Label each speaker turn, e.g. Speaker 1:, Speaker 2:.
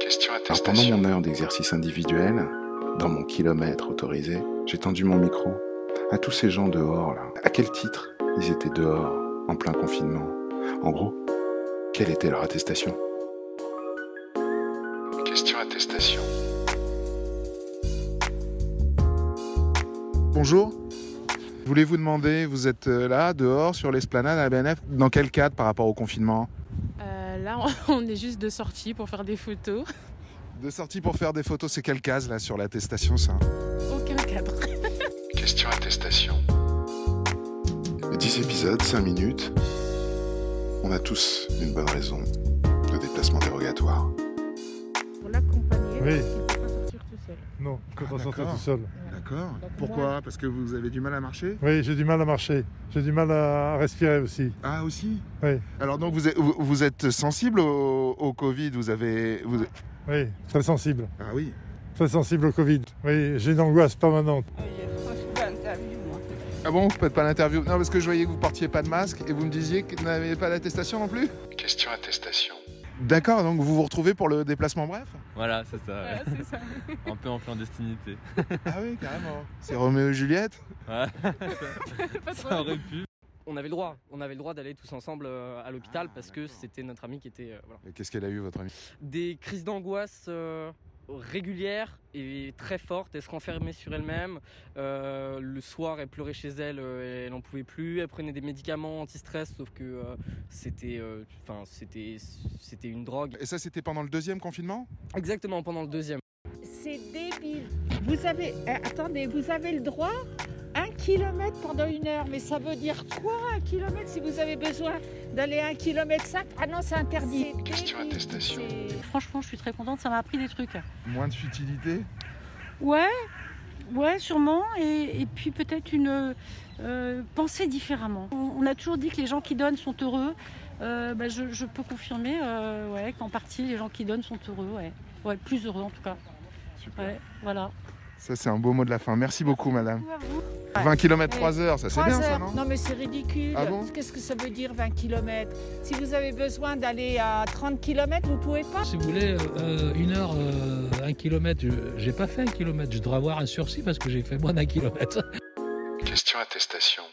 Speaker 1: Question à
Speaker 2: Alors pendant mon heure d'exercice individuel, dans mon kilomètre autorisé, j'ai tendu mon micro à tous ces gens dehors là. À quel titre ils étaient dehors, en plein confinement En gros, quelle était leur attestation
Speaker 1: Question attestation.
Speaker 3: Bonjour. Voulez-vous demander, vous êtes euh, là, dehors, sur l'esplanade à la BNF, dans quel cadre par rapport au confinement
Speaker 4: Euh, là, on- on est juste de sortie pour faire des photos.
Speaker 3: De sortie pour faire des photos, c'est quelle case là sur l'attestation ça
Speaker 4: Aucun cadre.
Speaker 1: Question attestation.
Speaker 2: 10 épisodes, 5 minutes. On a tous une bonne raison de déplacement dérogatoire.
Speaker 5: pour l'accompagner
Speaker 6: Oui.
Speaker 5: parce qu'il ne peut pas sortir tout seul.
Speaker 6: Non, quand
Speaker 3: Ah,
Speaker 6: on sortait
Speaker 3: d'accord.
Speaker 6: tout seul.
Speaker 3: D'accord.
Speaker 5: Donc,
Speaker 3: Pourquoi
Speaker 5: moi-
Speaker 3: Parce que vous avez du mal à marcher
Speaker 6: Oui, j'ai du mal à marcher. J'ai du mal à respirer aussi.
Speaker 3: Ah aussi
Speaker 6: Oui.
Speaker 3: Alors donc vous êtes, vous- vous êtes sensible au, au Covid, vous avez... vous-
Speaker 6: Oui, très sensible.
Speaker 3: Ah oui.
Speaker 6: Très sensible au Covid. Oui, j'ai une angoisse permanente.
Speaker 3: Ah bon, vous faites pas l'interview Non, parce que je voyais que vous portiez pas de masque et vous me disiez que vous n'avez pas l'attestation non plus
Speaker 1: Question attestation.
Speaker 3: D'accord, donc vous vous retrouvez pour le déplacement bref
Speaker 7: Voilà, c'est ça. ouais.
Speaker 4: c'est ça.
Speaker 7: Un peu en clandestinité.
Speaker 3: Ah oui, carrément. C'est Roméo et Juliette
Speaker 7: Ouais,
Speaker 4: Pas trop.
Speaker 7: ça aurait pu.
Speaker 8: on avait le droit, on avait le droit d'aller tous ensemble euh, à l'hôpital parce que c'était notre ami qui était euh, voilà.
Speaker 3: Et Qu'est-ce qu'elle a eu votre amie
Speaker 8: Des crises d'angoisse euh, régulières et très fortes. Elle se renfermait sur elle-même. Euh, le soir, elle pleurait chez elle, euh, elle n'en pouvait plus. Elle prenait des médicaments anti-stress, sauf que euh, c'était, euh, enfin, c'était, c'était une drogue.
Speaker 3: Et ça c'était pendant le deuxième confinement
Speaker 8: Exactement pendant le deuxième.
Speaker 5: C'est débile. Vous avez, euh, attendez, vous avez le droit à un kilomètre pendant une heure, mais ça veut dire quoi un kilomètre si vous avez besoin d'aller à un kilomètre cinq Ah non, c'est interdit. C'est
Speaker 1: Question
Speaker 5: débile.
Speaker 1: attestation.
Speaker 5: C'est-
Speaker 9: Franchement, je suis très contente, ça m'a appris des trucs.
Speaker 3: Moins de futilité
Speaker 9: Ouais, ouais, sûrement. Et, et puis peut-être une euh, pensée différemment. On, on a toujours dit que les gens qui donnent sont heureux. Euh, bah, je, je peux confirmer euh, ouais, qu'en partie, les gens qui donnent sont heureux. Ouais. ouais, plus heureux en tout cas.
Speaker 3: Super.
Speaker 9: Ouais, voilà.
Speaker 3: Ça, c'est un beau mot de la fin. Merci beaucoup, madame.
Speaker 9: À vous.
Speaker 3: 20 km
Speaker 5: Ouais.
Speaker 3: 3 heures, ça c'est
Speaker 5: Trois
Speaker 3: bien, ça,
Speaker 5: heures.
Speaker 3: non
Speaker 5: non, mais c'est ridicule.
Speaker 3: Ah bon
Speaker 5: Qu'est-ce que ça veut dire 20 km Si vous avez besoin d'aller à 30 km, vous pouvez pas.
Speaker 10: Si vous voulez, euh, une heure, euh, un kilomètre, je- j'ai pas fait un kilomètre, je dois avoir un sursis parce que j'ai fait moins d'un kilomètre.
Speaker 1: Question attestation.